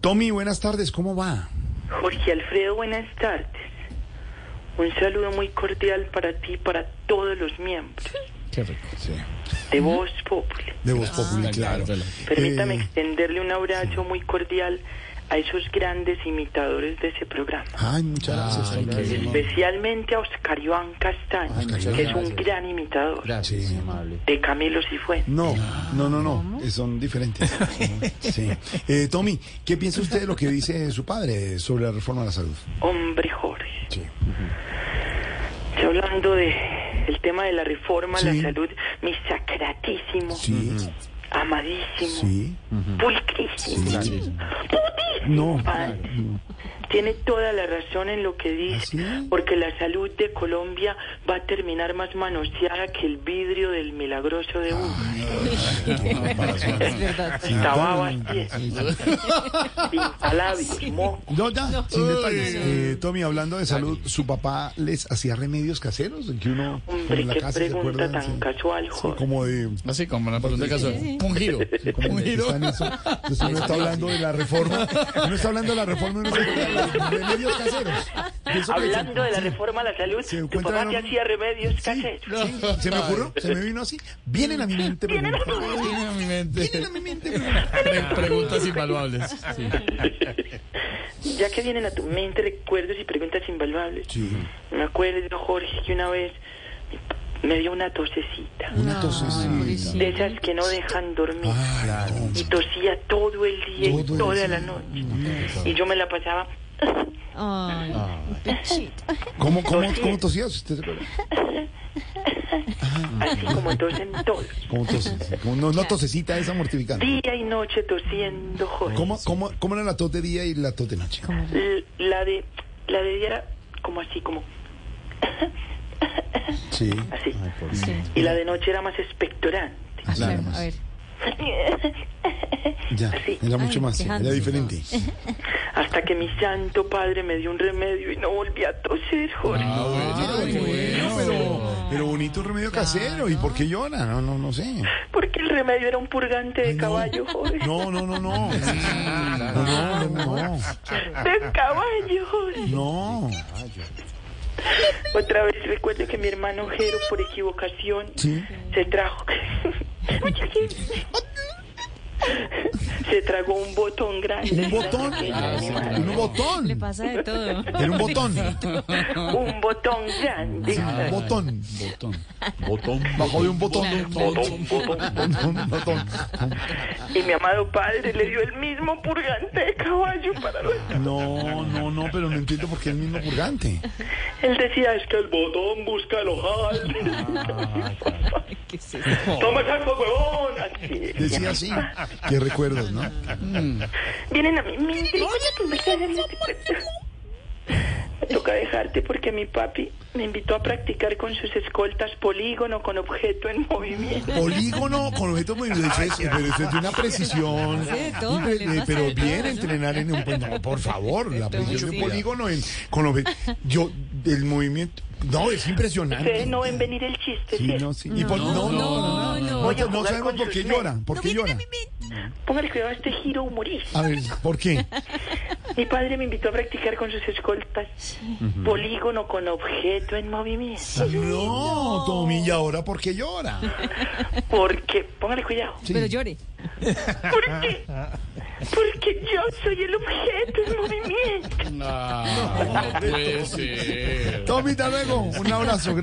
Tommy, buenas tardes, ¿cómo va? Jorge Alfredo, buenas tardes. Un saludo muy cordial para ti y para todos los miembros Qué rico. Sí. de Voz Populi. De Voz Populi, claro. Permítame Eh, extenderle un abrazo muy cordial a esos grandes imitadores de ese programa. Ay, muchas gracias. Ay, Tommy. qué bien. Especialmente a Oscar Iván Castaño, Oscar Iván, que es un gracias. gran imitador Gracias, Sí. amable. de Camilo Cifuentes. No, no, no, no, eh, son diferentes. Sí. Eh, Tommy, ¿qué piensa usted de lo que dice su padre sobre la reforma de la salud? Hombre Jorge. Sí. Ya hablando de el tema de la reforma a Sí. la salud, mi sacratísimo, Sí, amadísimo, sí. pulcrísimo, Sí. putísimo No. padre. Tiene toda la razón en lo que dice, ¿Ah, sí? porque la salud de Colombia va a terminar más manoseada que el vidrio del milagroso de uno. Ah, Tababas pies, pintalabios, mo. No, ya, sin detalles. Eh, Tommy, hablando de salud, ¿su papá les hacía remedios caseros? Que uno Hombre, en la qué casa se pregunta acuerdan, tan sí. casual, Sí, Jorge. como de... Así como una pregunta casual. Un giro. como Un de que giro. están eso. Entonces uno está hablando de la reforma. Uno está hablando de la reforma y uno se acuerda de los remedios caseros. De eso que se- Hablando de la reforma a la salud, Se tu encuentran papá te un- hacía remedios Sí, caseros. sí, se me ocurrió, se me vino así. Vienen a mi mente preguntas. Vienen a mi Vienen a mente. mi mente preguntas. Pre- preguntas invaluables. Ah, Sí. Ya que vienen a tu mente recuerdos y preguntas invaluables. Sí, Me acuerdo, Jorge, que una vez me dio una tosecita. una tosecita. De esas que no dejan dormir. Ay, Y hombre. tosía todo el día Ah. y Todo el toda día. la noche. Y yo me la pasaba Ay, pechito. ¿Cómo, cómo, cómo tosías? ¿Usted se acuerda? así como tosen todos. ¿Cómo tosías? Como- No, no tosecita esa mortificante. Día y noche tosiendo, Jorge. ¿Cómo, cómo, ¿Cómo era la tos de día y la tos de noche? L- La de, la de día era como así, como Sí. así. Sí. Y la de noche era más expectorante. A Claro, ver, más. a ver. Ya, Así. era mucho Ay, más, sí, era quejándose. diferente. Hasta que mi santo padre me dio un remedio y no volví a toser, Jorge. Ah, bueno, Ay, qué bueno, pero, pero bonito remedio casero. ¿Y por qué llora? No, no, no sé. Porque el remedio era un purgante de caballo, Jorge. No, no, no, no. No, no, no, De caballo, Jorge. no. No. Otra vez recuerdo que mi hermano Jero, por equivocación, Sí. se trajo. se tragó un botón grande. Un botón. Un Le botón. pasa de todo. Era un botón. Un botón grande. Sí, un botón. Botón. Botón. Bajó de un botón. Botón. Botón. Un botón. Y mi amado padre le dio el mismo purgante de caballo para los... No, no, no, pero no entiendo por qué el mismo purgante. Él decía, es que el botón busca el ojal. ¿Qué es eso? Toma saco, huevón. Así. Decía así. Qué recuerdos, ¿no? Vienen a mi mente. Oye, tu merced, a mí te- Me toca dejarte porque mi papi me invitó a practicar con sus escoltas polígono con objeto en movimiento. Polígono con objetos muy dulces, pero eso es de una precisión. Hace de todo, Impre- le pasa eh, de pero todo, bien ¿no? entrenar en un. pues, no, por favor, la todo, precisión de un sí. polígono en, con objetos. Yo, el movimiento. No, es impresionante. Ustedes no ven venir el chiste, Sí, ¿cierto? no, sí. Y por- no, no, Oh, no, no, no, Voy a jugar sabemos con por qué sus men. llora. ¿Por qué llora? Póngale cuidado a este giro humorístico. A ver, ¿por qué? Mi padre me invitó a practicar con sus escoltas polígono con objeto en movimiento. No, Tommy, ¿y ahora por qué llora? Porque, póngale cuidado, Sí. Pero llore. porque, porque yo soy el objeto en movimiento. No, no puede ser. Tommy, hasta luego. Un abrazo.